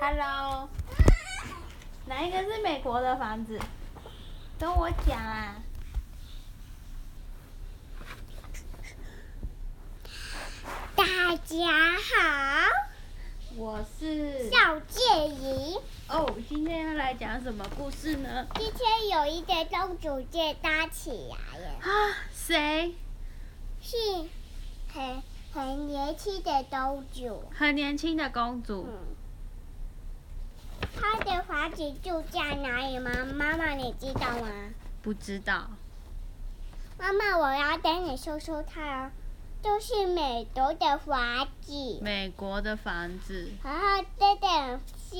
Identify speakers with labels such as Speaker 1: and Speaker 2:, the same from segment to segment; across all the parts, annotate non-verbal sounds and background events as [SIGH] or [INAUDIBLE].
Speaker 1: Hello，哪一个是美国的房子？跟我讲啊！
Speaker 2: 大家好，
Speaker 1: 我是
Speaker 2: 赵建怡。
Speaker 1: 哦，今天要来讲什么故事呢？
Speaker 2: 今天有一个公主借搭起来了，
Speaker 1: 啊，谁？
Speaker 2: 是很很年轻的公主。
Speaker 1: 很年轻的公主。
Speaker 2: 嗯，她的房子住在哪里吗？妈妈，你知道吗？
Speaker 1: 不知道。
Speaker 2: 妈妈，我要带你说说她哦。就是美国的房子，
Speaker 1: 美国的房子，
Speaker 2: 然后这点是，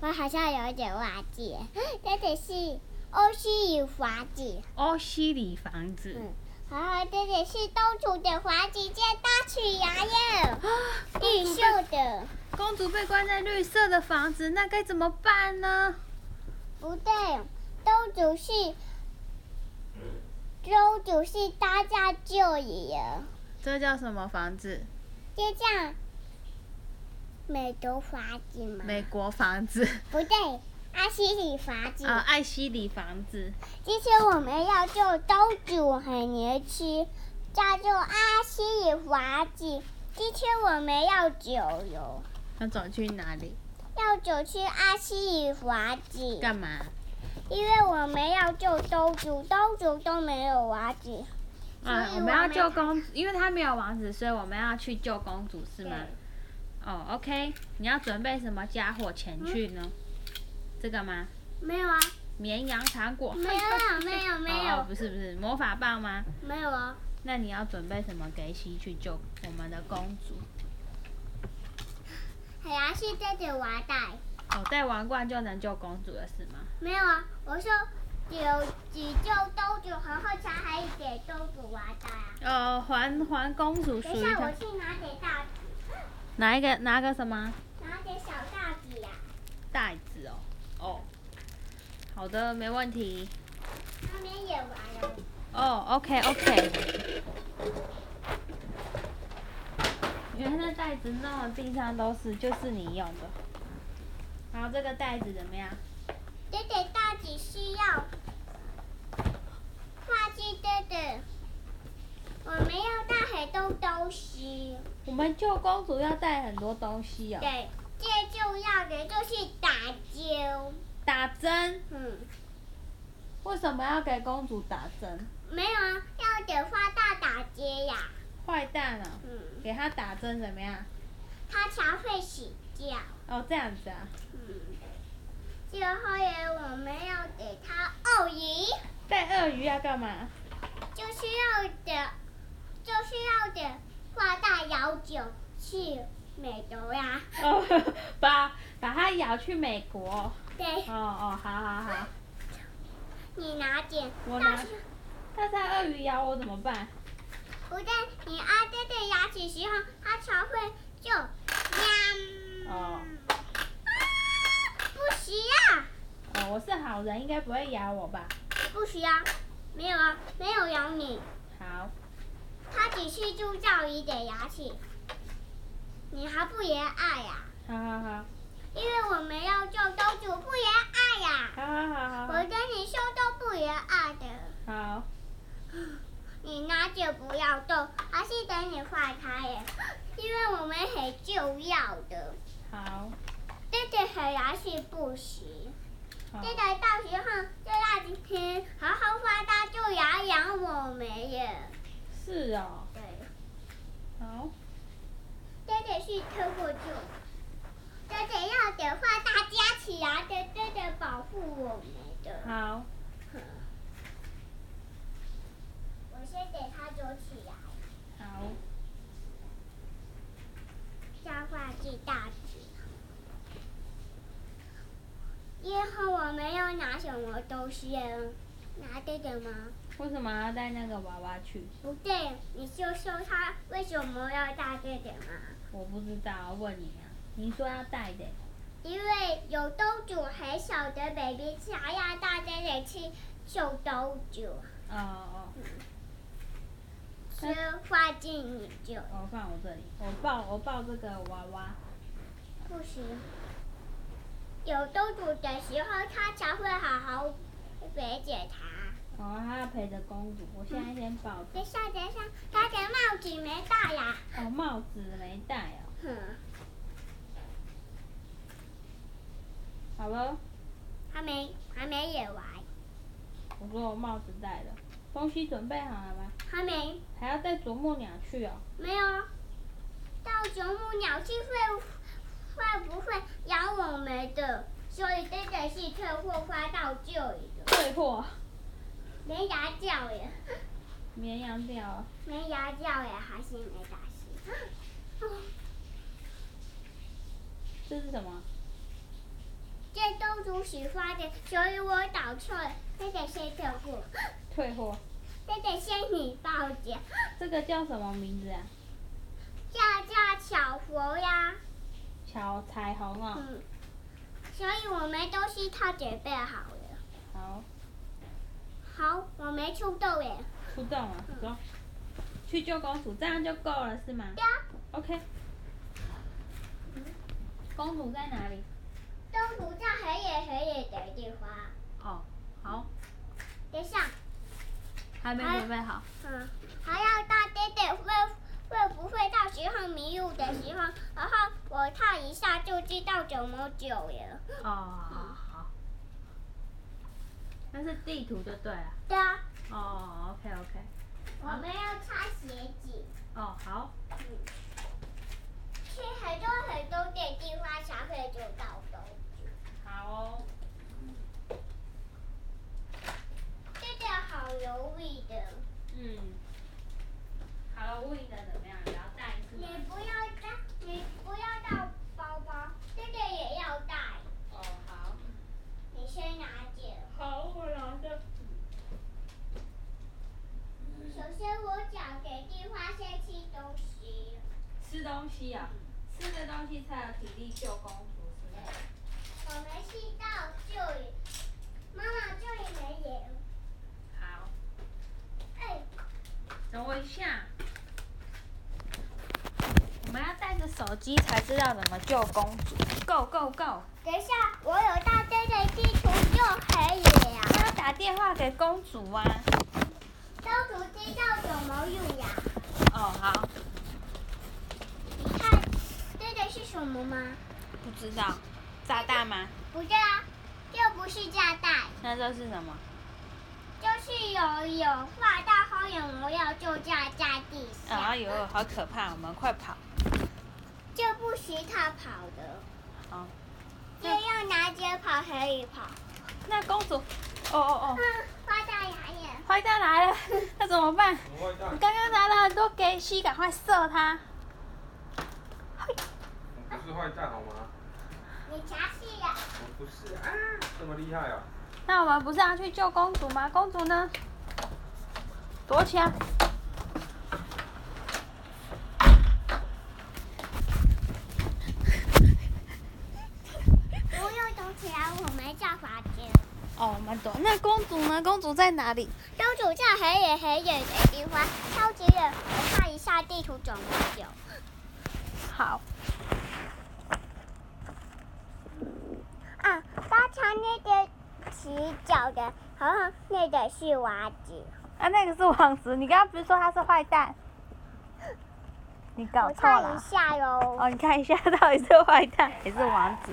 Speaker 2: 我好像有一点忘记了，这点是欧西语房子。
Speaker 1: 欧哦西里房子。
Speaker 2: 嗯啊，这里是东主的华姐姐大起牙耶，
Speaker 1: 啊，
Speaker 2: 绿
Speaker 1: 公主
Speaker 2: 色的，
Speaker 1: 被公主被关在绿色的房子，那该怎么办呢？
Speaker 2: 不对，东主是东主是大家救里了，
Speaker 1: 这叫什么房子？
Speaker 2: 就这样，美洲华子嘛，
Speaker 1: 美国房子。
Speaker 2: 不对，阿西里华子。
Speaker 1: 啊，艾希里房子。
Speaker 2: 今天我们要救东主和年轻，叫做阿西里华子。今天我们要救哟。
Speaker 1: 要走去哪里？
Speaker 2: 要走去阿西里华子，
Speaker 1: 干嘛？
Speaker 2: 因为我们要救东主，东主都没有华子。
Speaker 1: 啊，
Speaker 2: 所以
Speaker 1: 我们要
Speaker 2: 我们
Speaker 1: 救公主，因为她没有王子，所以我们要去救公主，是吗？
Speaker 2: 对
Speaker 1: 哦，OK，你要准备什么家伙
Speaker 2: 嗯
Speaker 1: 前去呢？这个吗？
Speaker 2: 没有啊，
Speaker 1: 绵羊糖果？
Speaker 2: 没有啊，没有，没
Speaker 1: 哦哦
Speaker 2: 有，
Speaker 1: 不是不是，魔法棒吗？
Speaker 2: 没有啊。
Speaker 1: 那你要准备什么给西去救我们的公主？
Speaker 2: 海牙是这只娃带，
Speaker 1: 哦，带王冠就能救公主了是吗？
Speaker 2: 没有啊。我说只有只救东主，然后才还给东主娃带啊。
Speaker 1: 呃，还还公主属
Speaker 2: 等一
Speaker 1: 于
Speaker 2: 下，
Speaker 1: 她
Speaker 2: 我去拿给大
Speaker 1: 拿一个拿个什么
Speaker 2: 拿给小大姐呀、啊。
Speaker 1: 袋子哦？哦，好的，没问题。
Speaker 2: 那边也玩了，
Speaker 1: 哦，OK，OK、o k OK。原来那袋子弄的地上都是，就是你用的。然后这个袋子怎么样？
Speaker 2: 这只大姐需要画进这只。我们要带很多东西。
Speaker 1: 我们救公主要带很多东西哦，
Speaker 2: 对，最重要的就是打针。
Speaker 1: 打针。
Speaker 2: 嗯，
Speaker 1: 为什么要给公主打针？
Speaker 2: 没有啊，要给花大打针呀、
Speaker 1: 坏蛋啊！
Speaker 2: 嗯，
Speaker 1: 给她打针怎么样？
Speaker 2: 它才会死掉。
Speaker 1: 哦，这样子啊。
Speaker 2: 嗯，最后呢，我们要给它鳄鱼，
Speaker 1: 带鳄鱼要干嘛？
Speaker 2: 就是要的，就是要的花大摇酒去美洲呀、
Speaker 1: 哦， [LAUGHS] 把把它咬去美国。哦
Speaker 2: 对，
Speaker 1: 哦，好好好。
Speaker 2: 你拿点，
Speaker 1: 我
Speaker 2: 到
Speaker 1: 拿
Speaker 2: 时
Speaker 1: 那它鳄鱼咬我怎么办？
Speaker 2: 不对，你按这个牙齿时候，它才会就喵。
Speaker 1: 哦
Speaker 2: 啊，不行啊，
Speaker 1: 哦，我是好人，应该不会咬我吧？
Speaker 2: 不行啊，没有啊，没有咬你，
Speaker 1: 好，
Speaker 2: 它只是铸造一点牙齿，你还不也爱呀、
Speaker 1: 好好好，
Speaker 2: 因为我们要做公主不也爱呀、
Speaker 1: 好好好
Speaker 2: 我
Speaker 1: 好
Speaker 2: 跟你说都不也爱的，
Speaker 1: 好，
Speaker 2: 你拿着不要动，还是等你坏它耶，因为我们很重要的。
Speaker 1: 好，
Speaker 2: 这个很牙是不行，
Speaker 1: 好
Speaker 2: 这个到时候就让今天好好发大就要养我们耶。
Speaker 1: 是哦，
Speaker 2: 对，
Speaker 1: 好，
Speaker 2: 这个是撑不住，这个要等画大家起来的，这个保护我们的。
Speaker 1: 好，
Speaker 2: 我先给它走起来，
Speaker 1: 好，
Speaker 2: 再画进大纸。以后我们要拿什么东西啊？拿这个吗？
Speaker 1: 为什么要带那个娃娃去？
Speaker 2: 不对，你就说他为什么要带这个吗？
Speaker 1: 我不知道，问你啊，你说要带的，
Speaker 2: 因为有公主很小的 baby 才要带这个去救公主，
Speaker 1: 哦哦，
Speaker 2: 所以放进你就。
Speaker 1: 哦，放我这里，我抱我抱这个娃娃，
Speaker 2: 不行。有公主的时候，她才会好好理解她。
Speaker 1: 好啊，他要陪着公主。我现在先抱着。
Speaker 2: 等一下，等一下，她的帽子没戴呀、
Speaker 1: 哦，帽子没戴哦。
Speaker 2: 哼，
Speaker 1: 好了，
Speaker 2: 还没还没演完，
Speaker 1: 我说我帽子戴了。东西准备好了吗？
Speaker 2: 还没
Speaker 1: 还要带啄木鸟去哦。
Speaker 2: 没有。啊到啄木鸟去会会不会咬我们的？所以真的是退货花到这里了，
Speaker 1: 退货。
Speaker 2: 没牙掉耶，
Speaker 1: 绵羊掉了。
Speaker 2: [LAUGHS] 没牙掉耶，还是没打湿。
Speaker 1: 这是什么？
Speaker 2: [GASPS] 这公主喜欢的，所以我找错了，这得先退货， [GASPS]
Speaker 1: 退货。
Speaker 2: 这得先你报警。
Speaker 1: 这个叫什么名字啊？
Speaker 2: 叫叫巧佛呀，
Speaker 1: 小彩虹哦。
Speaker 2: 嗯，所以我们东西他准备好了。
Speaker 1: 好，
Speaker 2: 好，我没出动耶。
Speaker 1: 出动了，走。去救公主，这样就够了是吗
Speaker 2: 呀，
Speaker 1: ？OK。公主在哪里？
Speaker 2: 公主在很远很远的地方。
Speaker 1: 哦，好，
Speaker 2: 等一下，
Speaker 1: 还没准备好。
Speaker 2: 嗯，还要大爹爹会会不会到时候迷路的时候，然后我看一下就知道怎么走了。
Speaker 1: 哦，好好。那是地图就对了。
Speaker 2: 对啊，
Speaker 1: 哦，OK OK。
Speaker 2: 我们要擦鞋子。
Speaker 1: 哦，好。
Speaker 2: 去很多很多的地方才会走到公主。
Speaker 1: 好哦。
Speaker 2: 这个好容易的，
Speaker 1: 嗯。好了，问你的怎么样？也要带一次
Speaker 2: 你
Speaker 1: 吗。
Speaker 2: 不要带，你不要带包包，这个也要带。
Speaker 1: 哦，好。
Speaker 2: 你先拿着。
Speaker 1: 好，我拿着。
Speaker 2: 首先我找给地方先吃东西。
Speaker 1: 吃东西啊，吃的东西才有体力救公主，是不是？
Speaker 2: 我们去到这里，妈妈这里没有。
Speaker 1: 好，
Speaker 2: 哎，
Speaker 1: 等我一下。我们要带着手机才知道怎么救公主。Go go go！
Speaker 2: 等一下，我有到这个地图就可以呀、
Speaker 1: 要打电话给公主啊。
Speaker 2: 公主知道怎么用呀、
Speaker 1: 哦，好，
Speaker 2: 你看，这个是什么吗？
Speaker 1: 不知道，炸弹吗？
Speaker 2: 不对啊，这不是炸弹，
Speaker 1: 那这是什么？
Speaker 2: 就是有有画大花有模样就炸在地
Speaker 1: 哎
Speaker 2: 下。
Speaker 1: 呦，好可怕！我们快跑！
Speaker 2: 这不许他跑的，
Speaker 1: 好，
Speaker 2: 这要拿着跑可以跑。
Speaker 1: 那公主，哦哦
Speaker 2: 嗯
Speaker 1: 哦，，
Speaker 2: 画大牙眼，
Speaker 1: 坏蛋来了，那怎么办？
Speaker 3: 我外带，
Speaker 1: 刚刚拿了很多给西，赶快射他。
Speaker 3: 我不是坏蛋好吗？
Speaker 2: 你查是呀？
Speaker 3: 我不是啊，这么厉害啊！
Speaker 1: 那我们不是要去救公主吗？公主呢？躲起来！
Speaker 2: 不用躲起来，啊我们叫法子。
Speaker 1: 哦，我们躲。那公主呢？公主在哪里？
Speaker 2: 公主在很远很远的地方，超级远。我看一下地图怎么走。
Speaker 1: 好，
Speaker 2: 啊，刚才那个洗脚的，好像那个是娃子。
Speaker 1: 啊，那个是王子。你刚刚不是说他是坏蛋？你搞
Speaker 2: 我
Speaker 1: 错
Speaker 2: 看一
Speaker 1: 了。
Speaker 2: 下哟。
Speaker 1: 哦，你看一下，到底是坏蛋还是王子？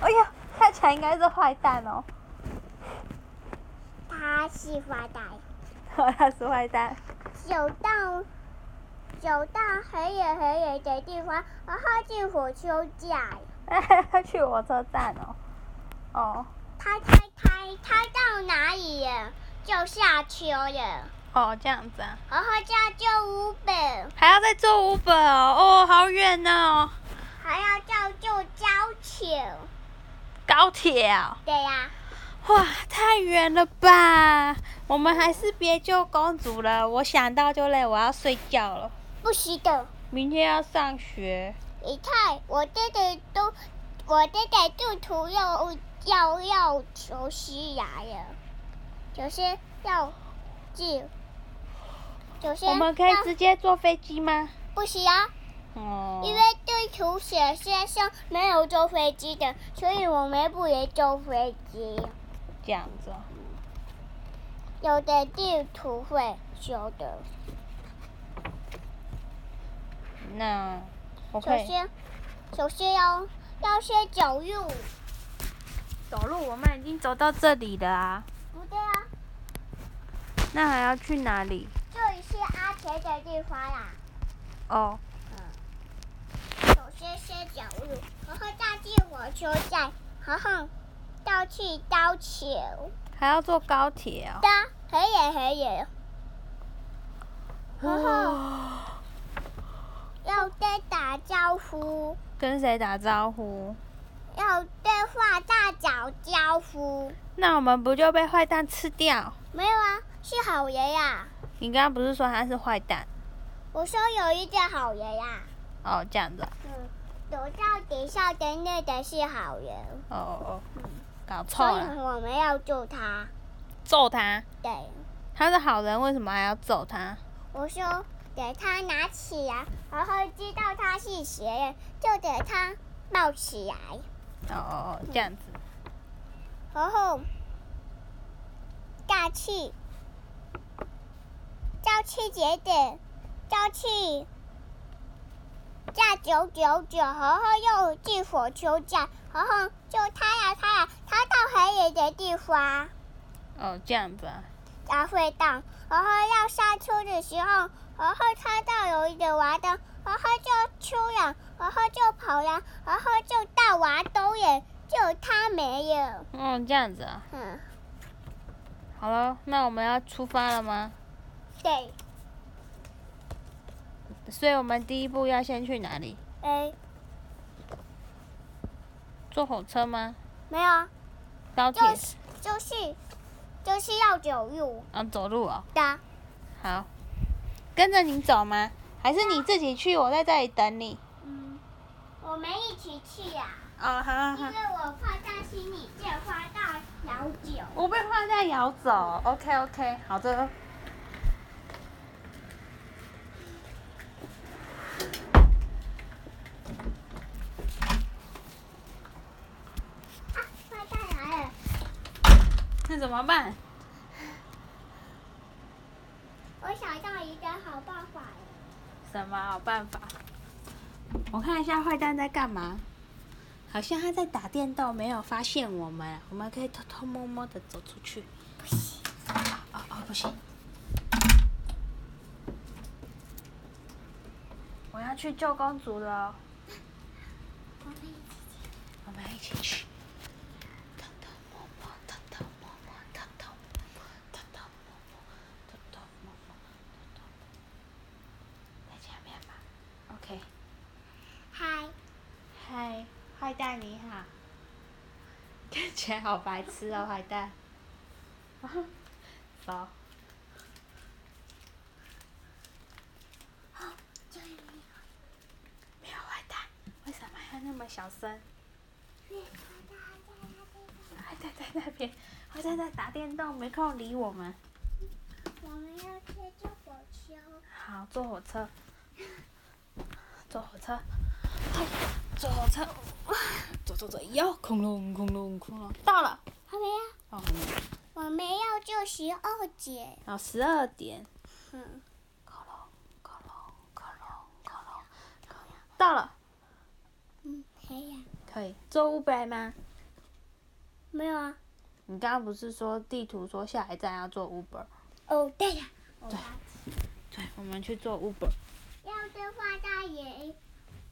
Speaker 1: 哎呀，看起来应该是坏蛋哦。
Speaker 2: 他是发呆，
Speaker 1: 哦，他是坏蛋。
Speaker 2: 走到走到很远很远的地方，然后进火车站，
Speaker 1: 他去火车站哦。哦
Speaker 2: 他他他他到哪里了？就下车了，
Speaker 1: 哦，这样子啊。
Speaker 2: 然后叫救五本，
Speaker 1: 还要再坐 Uber 哦，哦，好远哦，
Speaker 2: 还要叫救交情。
Speaker 1: 高铁哦。
Speaker 2: 对呀、
Speaker 1: 哇，太远了吧！我们还是别救公主了，我想到就累，我要睡觉了。
Speaker 2: 不许的。
Speaker 1: 明天要上学，
Speaker 2: 你看，我这个都，我这个地图要要要求西来了，就是要进，就是
Speaker 1: 我们可以
Speaker 2: 要
Speaker 1: 直接坐飞机吗？
Speaker 2: 不行啊，
Speaker 1: 哦，
Speaker 2: 因为这地图显示上没有坐飞机的，所以我们不能坐飞机。
Speaker 1: 这样子哦。
Speaker 2: 有的地图会修的。
Speaker 1: 那我可
Speaker 2: 首
Speaker 1: 以
Speaker 2: 先，首先要要先走路，
Speaker 1: 走路，我们已经走到这里了啊，
Speaker 2: 不对啊，
Speaker 1: 那还要去哪里？
Speaker 2: 这里是安全的地方啦。
Speaker 1: 哦，
Speaker 2: 首先先走路，然后再进火车站，然后到去高桥。
Speaker 1: 还要坐高铁哦。
Speaker 2: 的很远很远，然后
Speaker 1: 哦，
Speaker 2: 要跟打招呼，
Speaker 1: 跟谁打招呼？
Speaker 2: 要对话大打招呼。
Speaker 1: 那我们不就被坏蛋吃掉？
Speaker 2: 没有啊，是好人呀、
Speaker 1: 你刚刚不是说他是坏蛋？
Speaker 2: 我说有一个好人呀、
Speaker 1: 哦，这样子啊、
Speaker 2: 嗯，走到底下的那个是好人，
Speaker 1: 哦哦哦，搞错
Speaker 2: 所以
Speaker 1: 了，
Speaker 2: 我们要救他。
Speaker 1: 揍他！
Speaker 2: 对，
Speaker 1: 他是好人，为什么还要揍他？
Speaker 2: 我说给他拿起来，然后知道他是谁，就给他抱起来，
Speaker 1: 哦哦哦，这样子。
Speaker 2: 然后再去，再去节点，再去。再走走走，然后又进火车站，然后就他呀他呀，他到很远的地方。
Speaker 1: 哦，这样子啊。
Speaker 2: 才会到。然后要下车的时候，然后看到有一个娃灯，然后就出了，然后就跑了，然后就到娃兜了，就他没有。
Speaker 1: 哦，这样子啊。
Speaker 2: 嗯，
Speaker 1: 好了，那我们要出发了吗？
Speaker 2: 对，
Speaker 1: 所以我们第一步要先去哪里？
Speaker 2: 哎，
Speaker 1: 坐火车吗？
Speaker 2: 没有，
Speaker 1: 高铁？
Speaker 2: 就是就是就是要走路
Speaker 1: 啊，走路哦。
Speaker 2: 的。
Speaker 1: 好，跟着你走吗？还是你自己去？我在这里等你。
Speaker 2: 嗯，我们一起去呀、
Speaker 1: 哦，好好
Speaker 2: 因为。我怕担心你这花到老久。
Speaker 1: 我被花在咬走。OK OK，好的。
Speaker 2: 啊，花到来了，
Speaker 1: 那怎么办？
Speaker 2: 我想到一个好办法了。
Speaker 1: 什么好办法？我看一下坏蛋在干嘛。好像他在打电动，没有发现我们。我们可以偷偷摸摸的走出去。不行。哦哦，不行。我要去救公主了，
Speaker 2: 我们一起
Speaker 1: 我们一起去。偷偷摸摸，偷偷摸摸，偷偷摸摸，偷偷摸摸，偷偷摸摸，偷偷摸摸。在前面吧。OK。
Speaker 2: 嗨。
Speaker 1: 嗨，坏蛋你好。感觉好白痴哦，坏 [LAUGHS] 蛋。走。没有坏蛋，为什么要那么小声？坏嗯蛋在那边，坏蛋在打电动，没空理我们。
Speaker 2: 我们要贴着火球，
Speaker 1: 好，坐火车。坐火车。哎坐火车。走走走，哟，恐龙恐龙恐龙，到了。
Speaker 2: 好没有？
Speaker 1: 哦，
Speaker 2: 我们要做十二节。
Speaker 1: 然后十二点。
Speaker 2: 嗯，
Speaker 1: 恐龙，恐龙，恐龙，恐龙，恐龙，到了，
Speaker 2: 嗯，可以啊。
Speaker 1: 可以坐 Uber 吗？
Speaker 2: 没有啊。
Speaker 1: 你刚刚不是说地图说下一站要坐 Uber？
Speaker 2: 哦，对呀、
Speaker 1: 对对，我们去坐 Uber。
Speaker 2: 要对花大爷，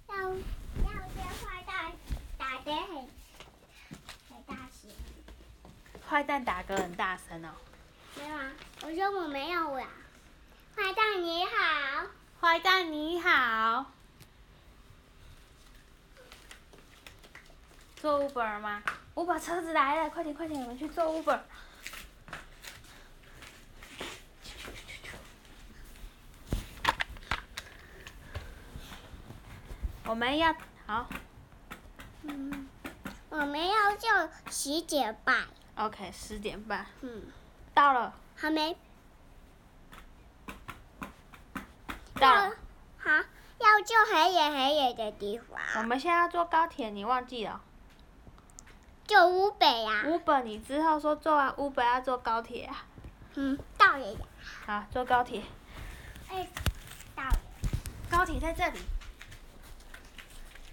Speaker 2: 要要对花大打得很很大声。
Speaker 1: 坏蛋打嗝很大声哦。
Speaker 2: 没有啊，我说我没有啊。花大你好，
Speaker 1: 坏蛋你好，坐 Uber 吗？Uber 车子来了，快点快点，我们去坐 Uber。我们要好
Speaker 2: 嗯，我们要做十节拜。
Speaker 1: ，OK，十点半
Speaker 2: 嗯，
Speaker 1: 到了，
Speaker 2: 好没？
Speaker 1: 到了，
Speaker 2: 好，要救很远很远的地
Speaker 1: 我
Speaker 2: 方，
Speaker 1: 们现在要坐高铁，你忘记了
Speaker 2: 就乌北呀、
Speaker 1: ？Uber，你之后说坐完 Uber 要坐高铁啊？
Speaker 2: 嗯，到了呀，
Speaker 1: 好，坐高铁。
Speaker 2: 哎，到了，
Speaker 1: 高铁在这里。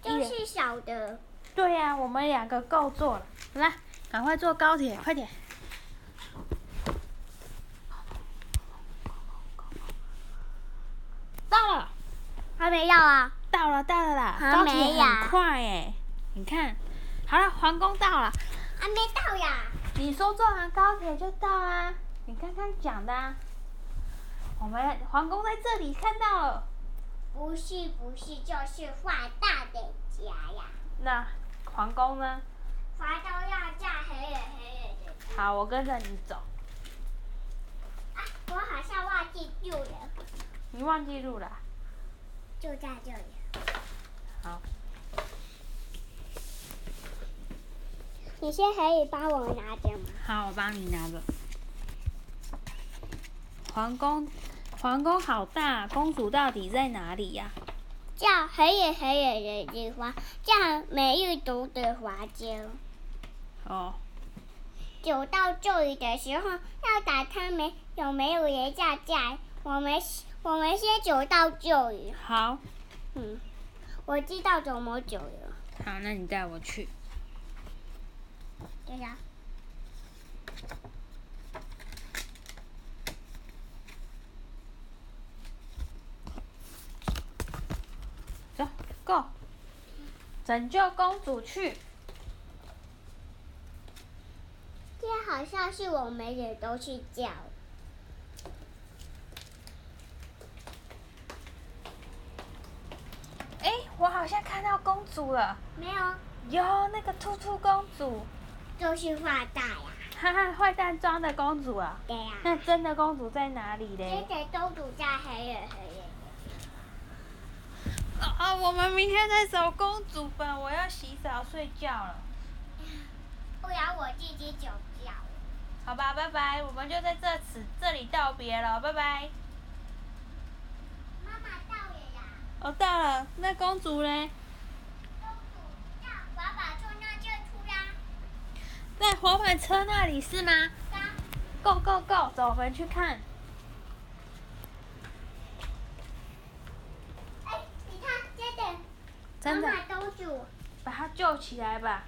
Speaker 2: 就
Speaker 1: 一人
Speaker 2: 是小的，
Speaker 1: 对呀、我们两个够坐了。来，赶快坐高铁，快点。到了，
Speaker 2: 还没到啊，
Speaker 1: 到了，到了啦！
Speaker 2: 还
Speaker 1: 高铁
Speaker 2: 没呀
Speaker 1: 很快哎，你看，好了，皇宫到了。
Speaker 2: 还没到呀，
Speaker 1: 你说坐完高铁就到啊？你刚刚讲的、啊，我们皇宫在这里看到了。
Speaker 2: 不是不是，就是画大的家呀，
Speaker 1: 那皇宫呢？
Speaker 2: 画到要嫁很远很远的地
Speaker 1: 好，我跟着你走。
Speaker 2: 方，啊，我好像忘记住了，
Speaker 1: 你忘记路了啊？
Speaker 2: 就在这里。
Speaker 1: 好，
Speaker 2: 你先可以帮我拿着吗？
Speaker 1: 好，我帮你拿着。皇宫，皇宫好大，公主到底在哪里呀、
Speaker 2: 这样很远很远的地方，这样没有读的华间。
Speaker 1: 哦，
Speaker 2: 走到这里的时候，要打开门，有没有人在家？我们我们先走到这里。
Speaker 1: 好，
Speaker 2: 嗯，我知道怎么走了。
Speaker 1: 好，那你带我去。
Speaker 2: 对呀、
Speaker 1: 走，Go，拯救公主去。
Speaker 2: 这好像是我们也都去叫。
Speaker 1: 哎，我好像看到公主了，
Speaker 2: 没有，
Speaker 1: 哟，那个兔兔公主，
Speaker 2: 就是画大呀。
Speaker 1: 哈哈，坏蛋装的公主啊。
Speaker 2: 对呀、
Speaker 1: 那真的公主在哪里
Speaker 2: 这
Speaker 1: 嘞？
Speaker 2: 些都堵在很远很远。
Speaker 1: 哦哦，我们明天再找公主吧，我要洗澡睡觉了。
Speaker 2: 不然我自己走掉了。
Speaker 1: 好吧，拜拜，我们就在这此这里道别了，拜拜。
Speaker 2: 妈妈到了呀。
Speaker 1: 哦，到了，那公主嘞？
Speaker 2: 公主到爸爸坐那就出啦。
Speaker 1: 在滑板车那里是吗？Go
Speaker 2: 刚
Speaker 1: go go，走，我们去看。
Speaker 2: 哎，你看，真的，
Speaker 1: 真的
Speaker 2: 妈，妈公主，
Speaker 1: 把她救起来吧。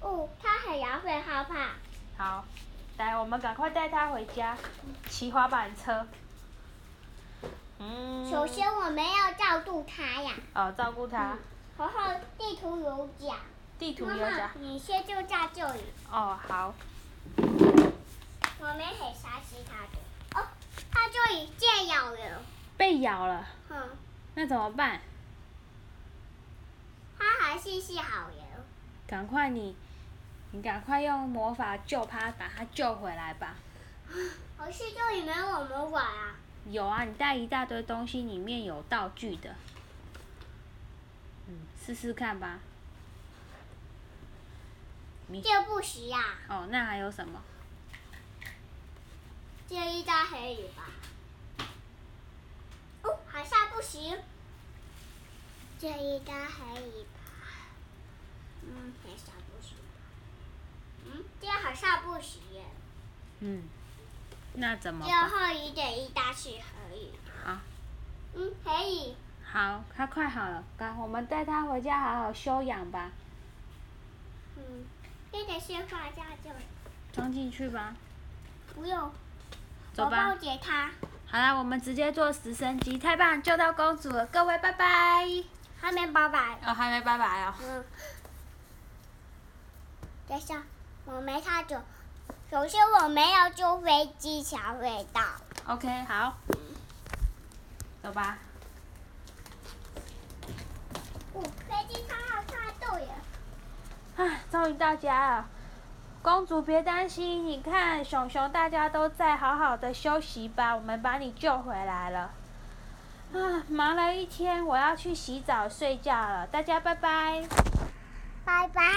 Speaker 2: 哦，她很摇会害怕。
Speaker 1: 好，来，我们赶快带她回家，骑滑板车。嗯。
Speaker 2: 首先，嗯我们要照顾她呀，
Speaker 1: 哦，照顾她。
Speaker 2: 然后地图有讲，
Speaker 1: 地图
Speaker 2: 妈
Speaker 1: 有
Speaker 2: 妈
Speaker 1: 讲。，
Speaker 2: 你先就在这里，
Speaker 1: 哦，好。
Speaker 2: 我们很杀死她的。哦，她这里见咬人，
Speaker 1: 被咬了，
Speaker 2: 嗯，
Speaker 1: 那怎么办？
Speaker 2: 她还是是好人。
Speaker 1: 赶快你，你赶快用魔法救她，把她救回来吧。
Speaker 2: 可是这里没有我们玩啊，
Speaker 1: 有啊，你带一大堆东西，里面有道具的。嗯，试试看吧。
Speaker 2: 这不行啊呀，
Speaker 1: 哦，那还有什么？
Speaker 2: 这一张黑鱼吧。哦，好像不行。这一张黑鱼吧，嗯，好像不行。嗯，这好像不行。
Speaker 1: 嗯，那怎么
Speaker 2: 最
Speaker 1: 办？啊
Speaker 2: 后一点一张是黑鱼。
Speaker 1: 好，
Speaker 2: 嗯，黑鱼。
Speaker 1: 好，他快好了，赶我们带他回家好好休养吧，
Speaker 2: 嗯，这个先放在这里，
Speaker 1: 装进去吧。
Speaker 2: 不用。
Speaker 1: 走
Speaker 2: 我
Speaker 1: 吧
Speaker 2: 抱，着它，
Speaker 1: 好啦，我们直接坐直升机，太棒，救到公主了，各位拜拜。
Speaker 2: 还没拜拜。
Speaker 1: 哦，还没拜拜哦。
Speaker 2: 嗯，等一下，我没看准。首先，我们要坐飞机才会到。
Speaker 1: OK，好，走吧。
Speaker 2: 哦，飞机它要发动了。
Speaker 1: 唉，啊终于到家了。公主别担心，你看熊熊大家都在，好好的休息吧，我们把你救回来了。啊，忙了一天，我要去洗澡睡觉了，大家拜拜。
Speaker 2: 拜拜。